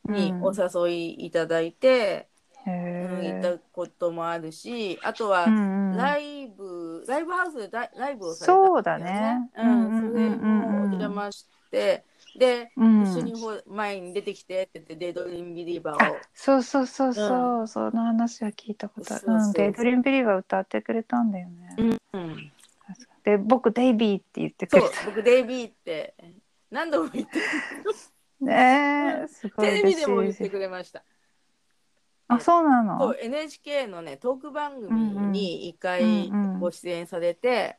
にお誘いいただいて、
へ
うん行
え
ったこともあるしあとは、
うんうん
ライブライブハウスでライライブをされた
そ
ん
うだね
う
うん
ん、
うん
そ
うんう
れ
ん
もお邪魔してで、
うん
一緒にほ前に出てきてって言ってデイドリームビリーバ
あ
ーを
そうそうそうそう、その話は聞いたことある
そうそう
うんデイドリームビリーバー歌ってくれたんだよね、
うん、
確かで僕デイビーって言ってく
そ
れ
う
た
僕デイビーって何度も言って
ねえすごい
テレビでも言
嬉
っ
しい
てくれました
あそうな
そ
の
う NHK のねトーク番組に一
うん
回
うん
ご出演されて、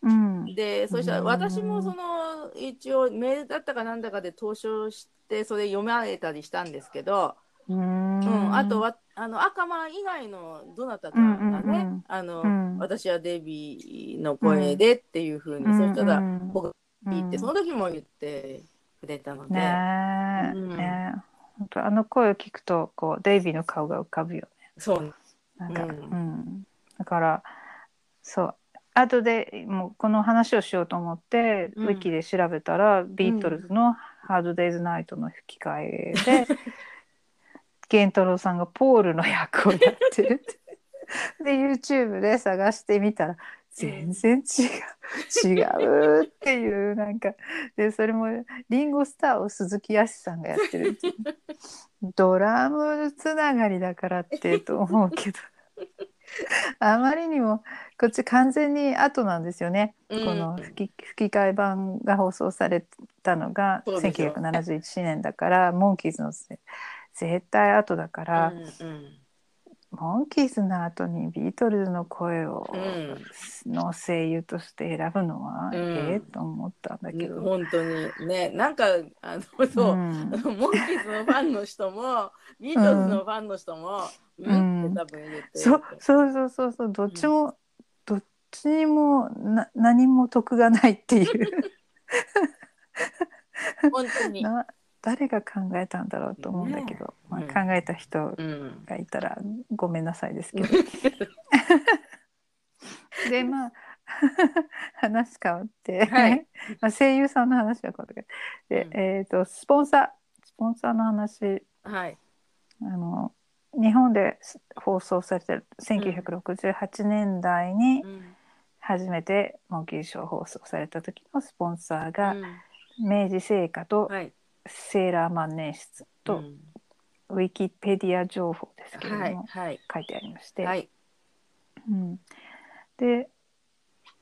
うん
でそしたら
うん
私もその一応メールだったかなんだかで投書してそれ読まれたりしたんですけど、
う
うん
ん
あとはあの赤間以外のどなたか
うん
がね、
うんうん
あの
うん
私はデイビーの声でっていうふうに、そしたら僕
う
デ
ん
イビーってその時も言ってくれたので。
ねえ、
うん
ねえ本当あの声を聞くとこうデイビーの顔が浮かぶよね
そう
なんか、う
うんん
だからそう後でもうこの話をしようと思って、
うん
ウィキで調べたら、ビートルズの「ハードデイズナイト」の吹き替えで源太郎さんがポールの役をやってるって。で YouTube で探してみたら全然違う違うっていうなんかでそれもリンゴスターを鈴木康さんがやってるっていうドラムつながりだからってと思うけどあまりにもこっち完全に後なんですよね、
うん
この吹き吹き替え版が放送されたのが
そうでしょ
1971年だからモンキーズのせ絶対後だから、
うんうん
モンキーズの後にビートルズの声を、の声優として選ぶのは、
うん
ええと思ったんだけ
うん、
ど。
本当にねなんかあのそう、
ん
あのモンキーズのファンの人もビートルズのファンの人も、うん、って多分言ってる
そうそうそうそうそうどっちも、どっちにもな何も得がないって いう
本当に。
な誰が考えたんだろうと思うんだけど、まあ、
うん
考えた人
うん、
がいたらごめんなさいです けど。でまあ 話変わって、
はい
まあ声優さんの話はこうだけどで、
うん
えっ、とスポンサースポンサーの話
はい。
あの日本で放送されてる1968年代に
うん
初めてモンキー賞放送された時のスポンサーが
うん
明治製菓と
はい。
セーラー万年筆
う
と
ん
ウィキペディア情報ですけれど
はい
も
はい
書いてありまして、
はい。
うん、で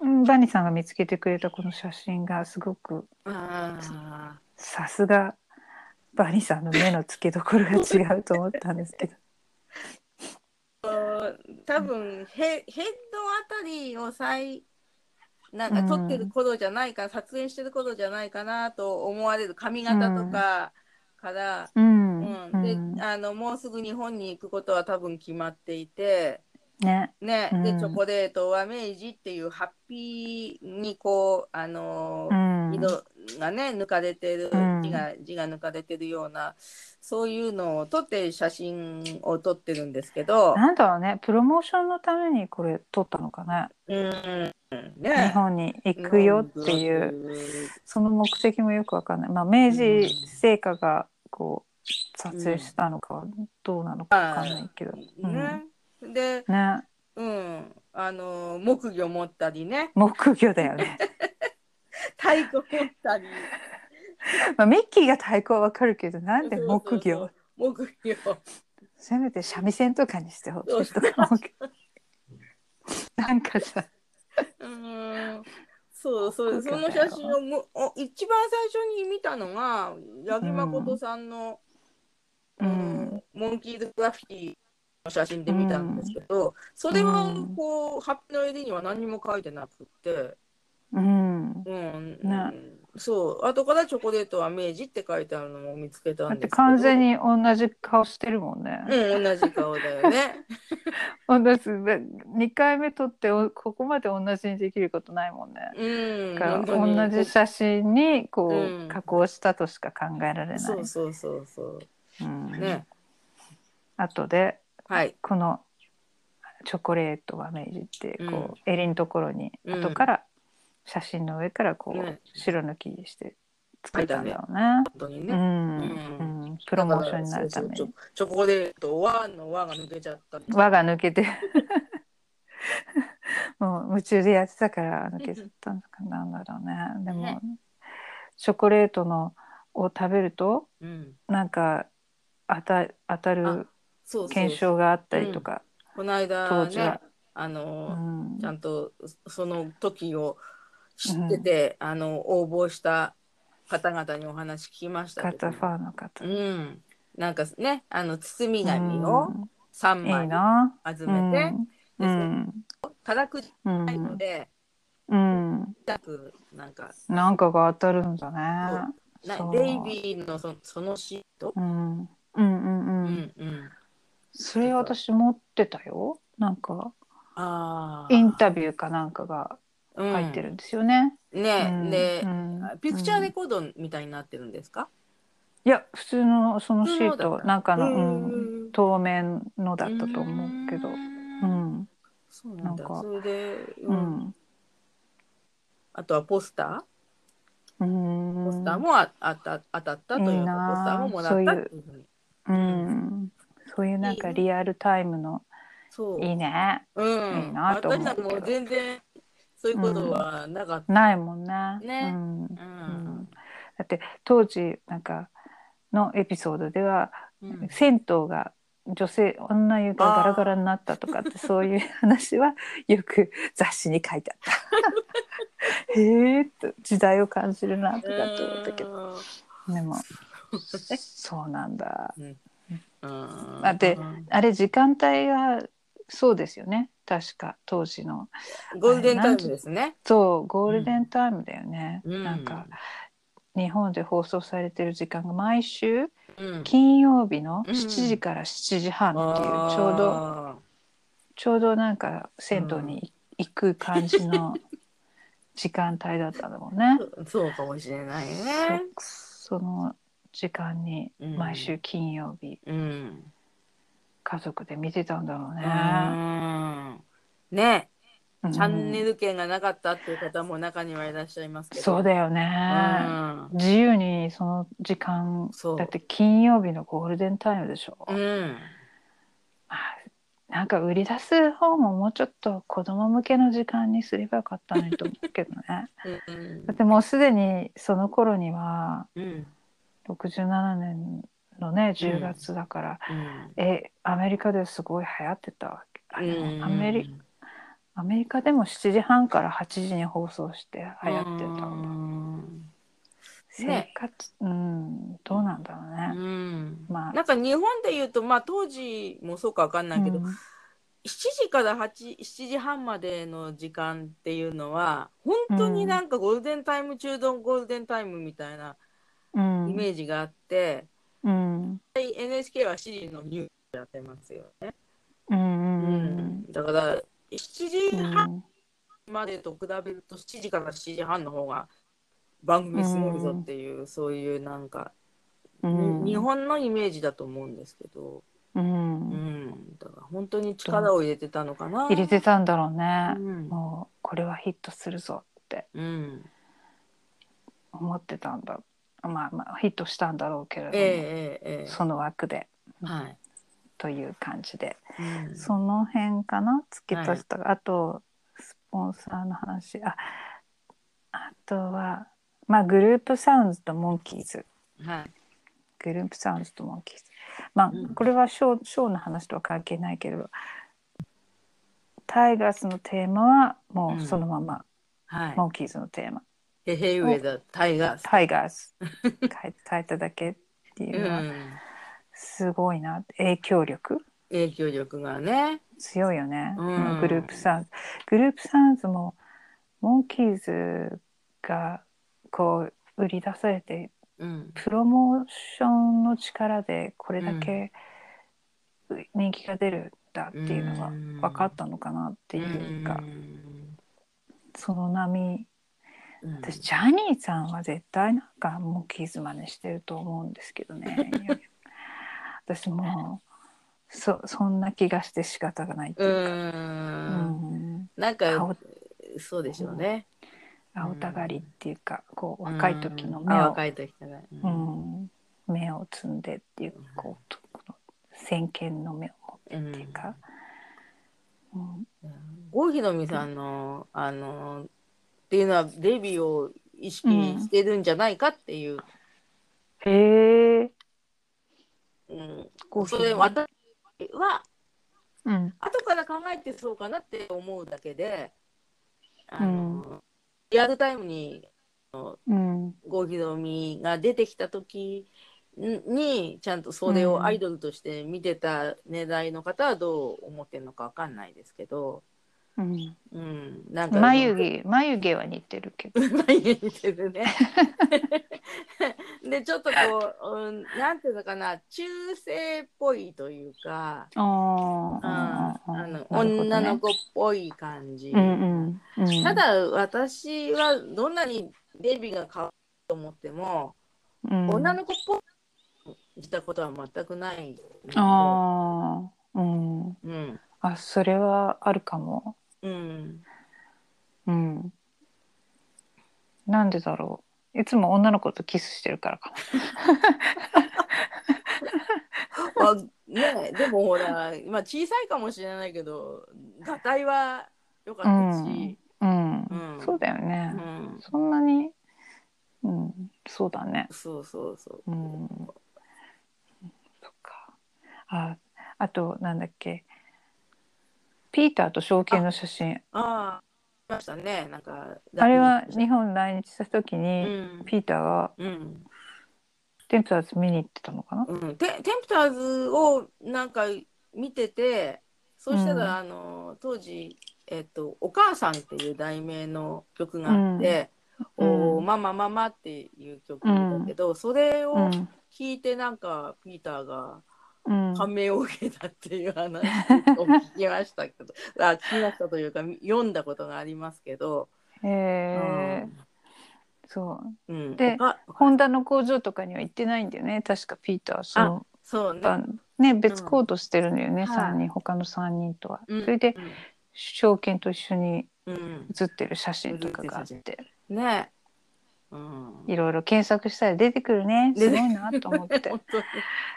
うんバニさんが見つけてくれたこの写真がすごく
あ
さすがバニさんの目の付けどころが違うと思ったんですけど。
あ。多分ヘヘッドあたりを再なんか撮ってる頃じゃないか、撮影してる頃じゃないかなと思われる髪型とかから。
うん
うんであのもうすぐ日本に行くことは多分決まっていて、
ね、
ね
うん
でチョコレートは明治っていうハッピーにこうあの
う
ー
ん
色がね抜かれてる
うん
字が字が抜かれてるようなそういうのを撮って写真を撮ってるんですけど、
なんだろうね、プロモーションのためにこれ撮ったのかね。
うん
日
ね、
本に行くよっていう、その目的もよくわかんない。まあ、明治製菓がこう撮影したのかはどうなのかわかんないけど。
ね、で、
ね、
うん、あのー木魚持ったりね
木魚だよね。
太鼓持ったり。
まあ、ミッキーが太鼓はわかるけど、なんで木魚
そうそうそう木魚
せめて三味線とかにしてほしいとか思うけど。 なんかさ、
うーんそうそう
木
そ
魚だ
の
よ
写真をもお一番最初に見たのが八木誠さんの、
う
うん
ん、
モンキーズグラフィティの写真で見たんですけど、それはこう、ハッピーの ID には何にも書いてなくって、
うん。
うん
ね
そう後からチョコレートは明治って書いてあるのも見つけたん
だっ
ですけ
て
ど
完全に同じ顔してるもんね。
うん同じ顔だよね。
私2回目撮っておここまで同じにできることないもんね。
うん
だから
本当に
同じ写真にこう、
うん
加工したとしか考えられない。
そうそうそうそう
うん
ね
あとで
はい
この「チョコレートは明治」ってこう、襟のところに
うん
後から写真の上からこう、
ね
白抜きして作ったんだろうね。
本当に
う
ね。
ん
うん
うんプロモーションになるため
そう
に
そうチョチョコレートはの輪が抜けちゃったり
輪が抜けて もう夢中でやってたから抜けちゃったのかなんだろうねでも、
ね
チョコレートのを食べると
うん
なんか当た当たる
そうそう
検証があったりとか
この
当
間
時は
ね、あの
う、ん
ちゃんとその時を知ってて、あの応募した方々にお話聞きましたけど
方ファンの方
う、んなんかねあの包み紙を
うん
3
いい
枚
な
集
う
めて、
んうん
辛くじ
う
ゃないの
ん
で、
うん
痛くなんか
なんかが当たるんだね
な
そう
デイビーのそそのシート、
うんうんうんう
う
ん
んうん、
それ私持ってたよなんか
あー
インタビューかなんかが入ってるんですよね。
うん、ね、
うん
で、
うん
ピクチャーレ
うん
コードみたいになってるんですか、
いや普通のそのシー
普通のだ
ト
った
なんかの、うん
うん
透明のだったと思うけど、う
うん
ん
そうなんだ
なんか
それで、
う
うん
ん
あとはポスタ
うん
ーポスターもああった当たったというか
いい
ポス
なあ
ターももらったっていうふうに
うんそういうなんかリアルタイムの
そう
いいね。
うん
いいなあと思うけど
私なんかもう全然そういうことはなかった。
ないもんな。
ね
うんうん
うん
だって当時なんかのエピソードでは、
うん
銭湯が女性女湯がガラガラになったとか ってそういう話はよく雑誌に書いてあ った。へえと時代を感じるなとかって思ったけどでもえそうなんだ
うん
だってあれ時間帯がそうですよね確か当時の
ゴールデンタイムですね。
そうゴールデンタイムだよね、
うん
なんか日本で放送されてる時間が毎週
うん
金曜日の
うん
7時から7時半っていう、
あー
ちょうどちょうどなんか銭湯に行く感じ の時間帯だったんだもんね。
そうかもしれないね。
そその時間に
うん
毎週金曜日
うん。
家族で見てたんだろうね。うん
ね、チャンネル権がなかったっていう方も中にはいらっしゃいますけど。
そうだよね。
う
自由にその時間
そう
だって金曜日のゴールデンタイムでしょ。
ん。うん。
まあなんか売り出す方ももうちょっと子供向けの時間にすればよかったのにと思うけどね。
うん
だってもうすでにその頃には
うん。
67年のね10月だから、
うん
えアメリカですごい流行ってたわけあれもアメリ
リ
アメリカでも7時半から8時に放送して流行ってたんだ
ん
生
ね
活、うんどうなんだろう
う
ね、
ん。
まあ
なんか日本で言うと、まあ当時もそうかわかんないけど、
うん
7時から8 7時半までの時間っていうのは本当になんかゴールデンタイム中のゴールデンタイムみたいな
うん
イメージがあって、
うん
NHK は7時のニュースやってますよね、
うんう
うんだから7
う
時
ん
半までと比べると7時から7時半の方が番組すごいぞっていう、そういうなんか、
うん
に日本のイメージだと思うんですけど、
う
うん
ん
だから本当に力を入れてたのかな。
入れてたんだろうね
う、ん
もうこれはヒットするぞって
うん
思ってたんだまあまあヒットしたんだろうけれども、
えええええ
その枠で
えはい。
という感じで、
うん
その辺かな付け足したが、あとスポンサーの話ああとはまあグループサウンズとモンキーズ
はい。
グループサウンズとモンキーズまあ、
うん
これはショーショーの話とは関係ないけれどタイガースのテーマはもうそのまま、
は
モンキーズのテーマ
い。へへ、上田、タイガース。
タイガース変え変えただけっていううのは
ん。
すごいな影響力
影響力がね。
強いよね、
うん
グループサウンズグループサウンズもモンキーズがこう売り出されて
うん。
プロモーションの力でこれだけ人気が出るんだっていうのが
うん
分かったのかなっていうか、
ん
その波
うん
私ジャニーさんは絶対なんかモンキーズ真似してると思うんですけどねいや私もうそそんな気がして仕方がないって
う。
いうか。うんん
なん
あお
か、そうでしょうね。
青たがりっていうか、こう
うん
若い時の目
あ
を
若、い時から。う
うんん目を摘んでっていうこうとこの先見の目を持ってっていうか、うん
郷ひろみさんの、あの、っていうのは、デビューを意識してるんじゃないかっていう。
へえ
うん。
こ
それ、私は、
うん
後から考えてそうかなって思うだけで、あのリアルタイムに
うん
郷ひろみが出てきた時にちゃんとそれをアイドルとして見てた年代の方はどう思ってるのかわかんないですけど、
うん、
うん、なんか
眉毛眉毛は似てるけど、
眉毛似てるね。でちょっとこう、うん、なんていうのかな中性っぽいというか、
あ
うん、あの
な
女
る
の
ほ
子っぽい感じ。
どねうんうんうん、
ただ私はどんなにデビューが変わると思っても、
うん、
女の子っぽくしたことは全くないの
ああうん
でうん
あそれはあるかも
うん
うん。なんでだろう。いつも女の子とキスしてるからか
あね、でもほら、まあ、小さいかもしれないけどがたいは良かったし、
な。うん
うん
そうだよね、
うん、
そんなにうんそうだね
そうそうそうう。
んそっかああとなんだっけピーターと賞金の写真
ああ、ありましたね。なんか、
あれは日本来日した時
う
に、
ん。
ピーターが
うん。
テントアーズ見に行ってたのかな、
うん。テテンプターズをなんか見てて、そうしたら、あの、当時、えっと、お母さんっていう題名の曲があって、
うん
お
う
ー
ん
ママママっていう曲だけど、それ
う
を
ん
聞いてなんか、ピーターが
うん
感銘を受けたっていう話を聞きましたけど、あ聞きましたというか、読んだことがありますけど、
えー
うん
そう
うん、
で
おか
ホンダの工場とかには行ってないんだよね確かピーターその
そうね。
晩ね別行動してるんだよね、
うん
三人他の3人とは、
うん
それで、証券と一緒に
うん
写ってる写真とかがあって
うん、ねうん。
いろいろ検索したら出てくるねすごいなと思っ て
本当に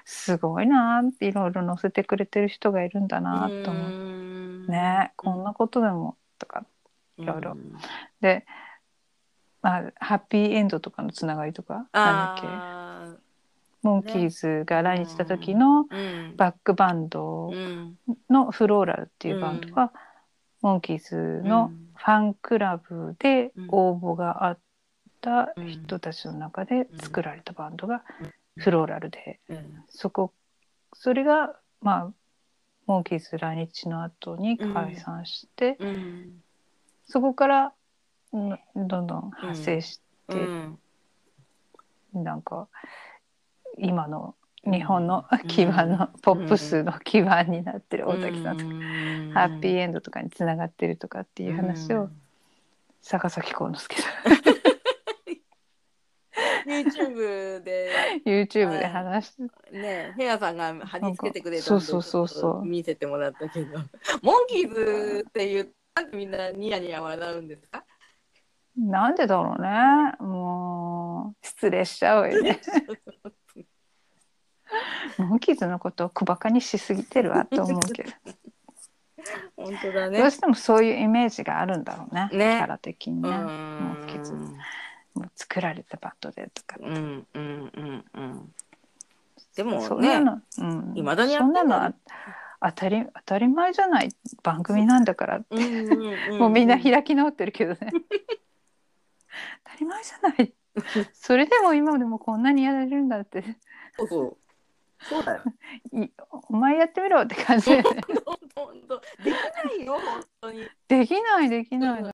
すごいなっていろいろ載せてくれてる人がいるんだなと思って。
うん
ねこんなことでもとか
い
ろいろで、まあ、ハッピーエンドとかのつながりとかなんだっけ
あ
モンキーズが来日した時の
ーうん
バックバンド
うん
のフローラルっていうバンドが、モンキーズのファンクラブで応募があった人たちの中で作られたバンドがフローラルで
うん
そこそれがまあモンキーズ来日の後に解散して、
うん
そこからうんどんどん発生して、
うん
なんか今の日本の基盤の、ポップスの基盤になってる大崎さんとか、
うん
ハッピーエンドとかにつながってるとかっていう話を、坂崎幸之助さ
うん YouTube で
ん YouTube で話して
ねヘアさんが貼り付けてくれたんで
なんかそうそうそうそう
ちょっと見せてもらったけどモンキーズっていうなんでみんなニヤニヤ笑うんですか
なんでだろうねもう失礼しちゃうよねモンキーズのことを小バカにしすぎてるわと思う けど、
本当だ
どう
ね。
してもそういうイメージがあるんだろうね
ね
キャラ的に
う
ね、
ん
モンキーズもう作られたバットでとか
うんうんうんうん。でも
そんな
ね、
の、うん、
未だにや
そ
って
ん
んだ
な
よ
のあ当たり当たり前じゃない番組なんだから、
うんうんうん
もうみんな開き直ってるけどね 当たり前じゃ ないそれでも今でもこんなにやれるんだって
そうそう。そうだよ。
いお前やってみろって感じで、 ね、
本当本当できないよ本当に。
できないできないの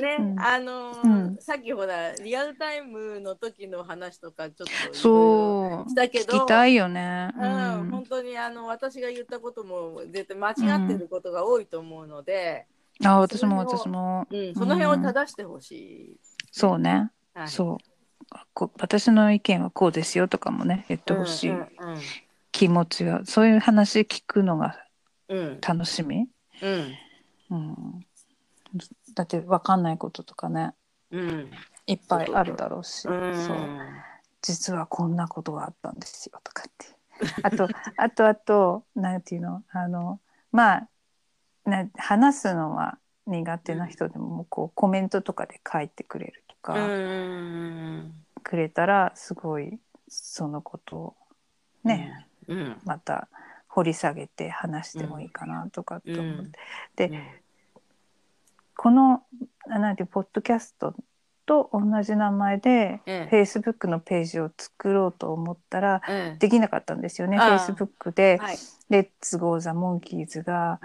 ね、
うん
あのー
うん
さっきほらリアルタイムの時の話とかちょっと
そう
だけど
聞きたいよね
う、
うんん
本当にあの私が言ったことも絶対間違ってることが多いと思うので、
あ私も
それを
私も
うんその辺を正してほしい。
そうね、
はい
そうこ私の意見はこうですよとかもね言ってほしい
うんうん
気持ちはそういう話聞くのが
うん
楽しみ
うん
うんだって分かんないこととかね
うん
いっぱいあるだろうし
うん
そう実はこんなことがあったんですよとかって あとあとあとなんていうのあのまあな話すのは苦手な人でもこうコメントとかで書いてくれると
う
か、
ん
くれたらすごいそのことをね、
うん
また掘り下げて話してもいいかなとかって思って、
うん
でこのあなんていうポッドキャストと同じ名前で、
ええ
Facebook のページを作ろうと思ったら
ええ
できなかったんですよね。
ああ
Facebook で
はい
「レッツゴーザモンキーズが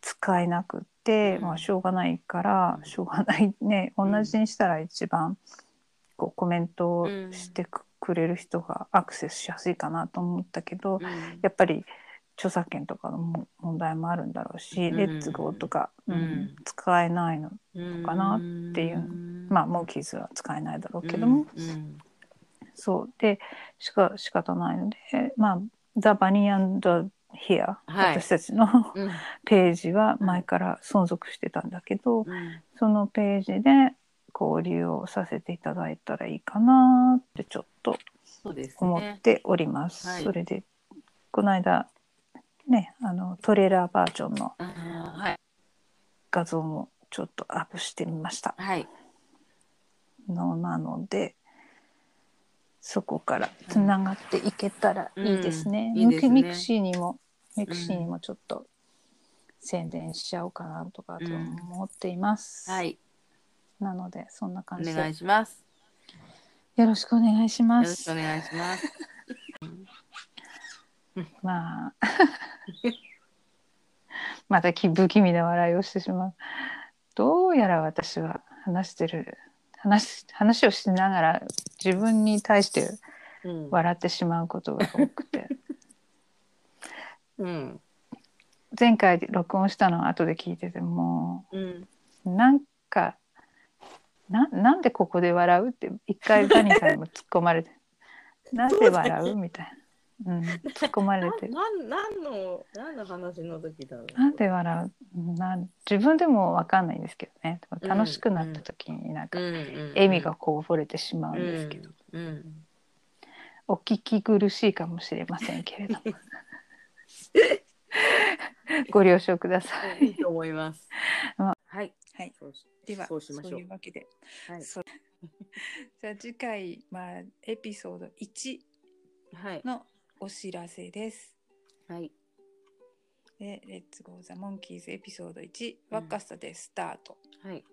使えなくって、
うん
まあしょうがないから
うん
しょうがないね
ん
同じにしたら一番こうコメントを
うん
してくくれる人がアクセスしやすいかなと思ったけど、
うん
やっぱり著作権とかのも問題もあるんだろうし「
うん
レッツゴー」とか、うん
うん
使えないのかなっていうまあモンキーズは使えないだろうけども、
うん
そうでしか仕方ないのでまあ「ザ・バニー・アンド・ヒア」
はい
私たち の
うん
ページは前から存続してたんだけど、
うん
そのページで交流をさせていただいたらいいかなってちょっと
そうです
思
ね
っ。ております。
はい
それでこの間ねあのトレーラーバージョンの
あーはい。
画像もちょっとアップしてみました
はい。
のなのでそこからつながっていけたらいいですね。
うんいいですね
ミクシーにもミクシーにもちょっと宣伝しちゃおうかなとかと思っています。
はい。
なのでそんな感
お
じ
願
で
いします。
よろしくお願いし
よ
ま
ろしく
す
お。願いします。
まあ またき不気味な笑いをしてしまうどうやら私は話してる話話をしながら自分に対して
うん。
笑ってしまうことが多くて
うん。
前回録音したのを後で聞いてても
うん。
うなんかななんでここで笑うって一回ザニーさんにも突っ込ま れてなんで笑うみたいな、うん、突っ込まれてる
なん、なんの、なんの話の時だろう。
なんで笑うなん自分でも分かんないんですけどねでも楽しくなった時になんか
うん。うん。
笑みがこぼれてしまうんですけど、
うん。うん。
お聞き苦しいかもしれませんけれども ご了承くださ
い
い
い。と思います。はい。
はい。
そうし
では
そうしましょう
いうわけで、
はい
そうじゃあ次回、まあ、エピソード1
はい。
のお知らせです。
はい。
で、レッツゴーザモンキーズエピソード1、若さでスタート。
はい。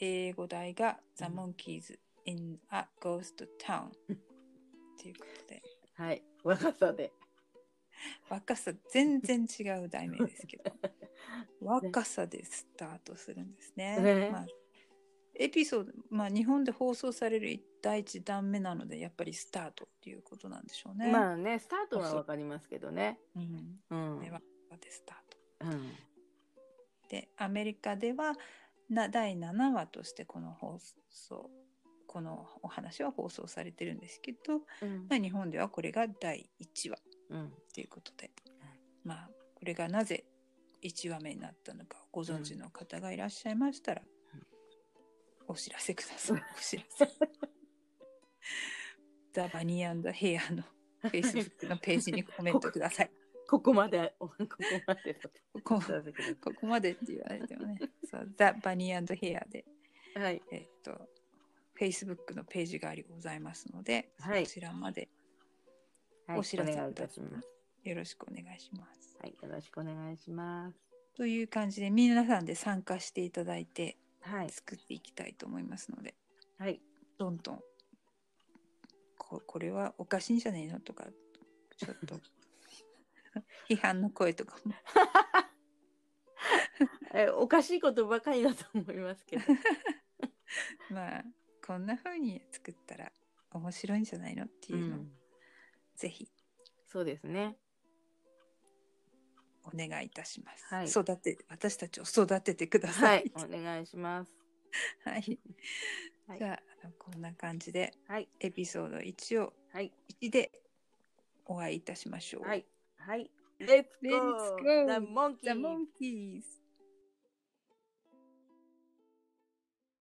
英語題が
う
The
ん
Monkeys in a Ghost Town っていうことで
はい。若さで。
若さ全然違う題名ですけ ど若さでスタートするんですね。
ね
まあ、エピソード、まあ、日本で放送される第一弾目なのでやっぱりスタートっていうことなんでしょうね。
まあね、スタートはわかりますけどね。
うん、
うん。
で若さでスタート。
うん。
でアメリカではな第7話としてこの放送このお話は放送されてるんですけど、
うん
まあ、日本ではこれが第1話
うん。
ということで、まあこれがなぜ1話目になったのかをご存知の方がいらっしゃいましたら、
うん
お知らせください。 お知らせ。ザ・バニーヘアのフェイスブックのページにコメントくださ い。
ここまで、おここまでだと。
こ
お知らせくださ
ここまでって言われてもね。そうザ・バニーヘアで、
いはい。
えっと、フェイスブックのページがありございますので、
はい
そちらまで
はい
お知らせ
お願いいたします。
よろしくお願いします。
はい。よろしくお願いします。
という感じで皆さんで参加していただいて
はい。
作っていきたいと思いますので、
はい。
どんどんここれはおかしいんじゃねえのとかちょっ と批判の声とかも
え、おかしいことばかりだと思いま すけど。
まあこんな風に作ったら面白いんじゃないのっていうのを、
うん
ぜひ
そうです ね。
お願いいたします、
はい
育て私たちを育ててくださ
はいい。お願いします。
はい、
はい
じゃああのこんな感じで
はい。
エピソード1を
はい。
1でお会いいたしましょう。
はい。はい。レッツ
Let's go
ゴーザ・モンキ
The
ー
Monkeys!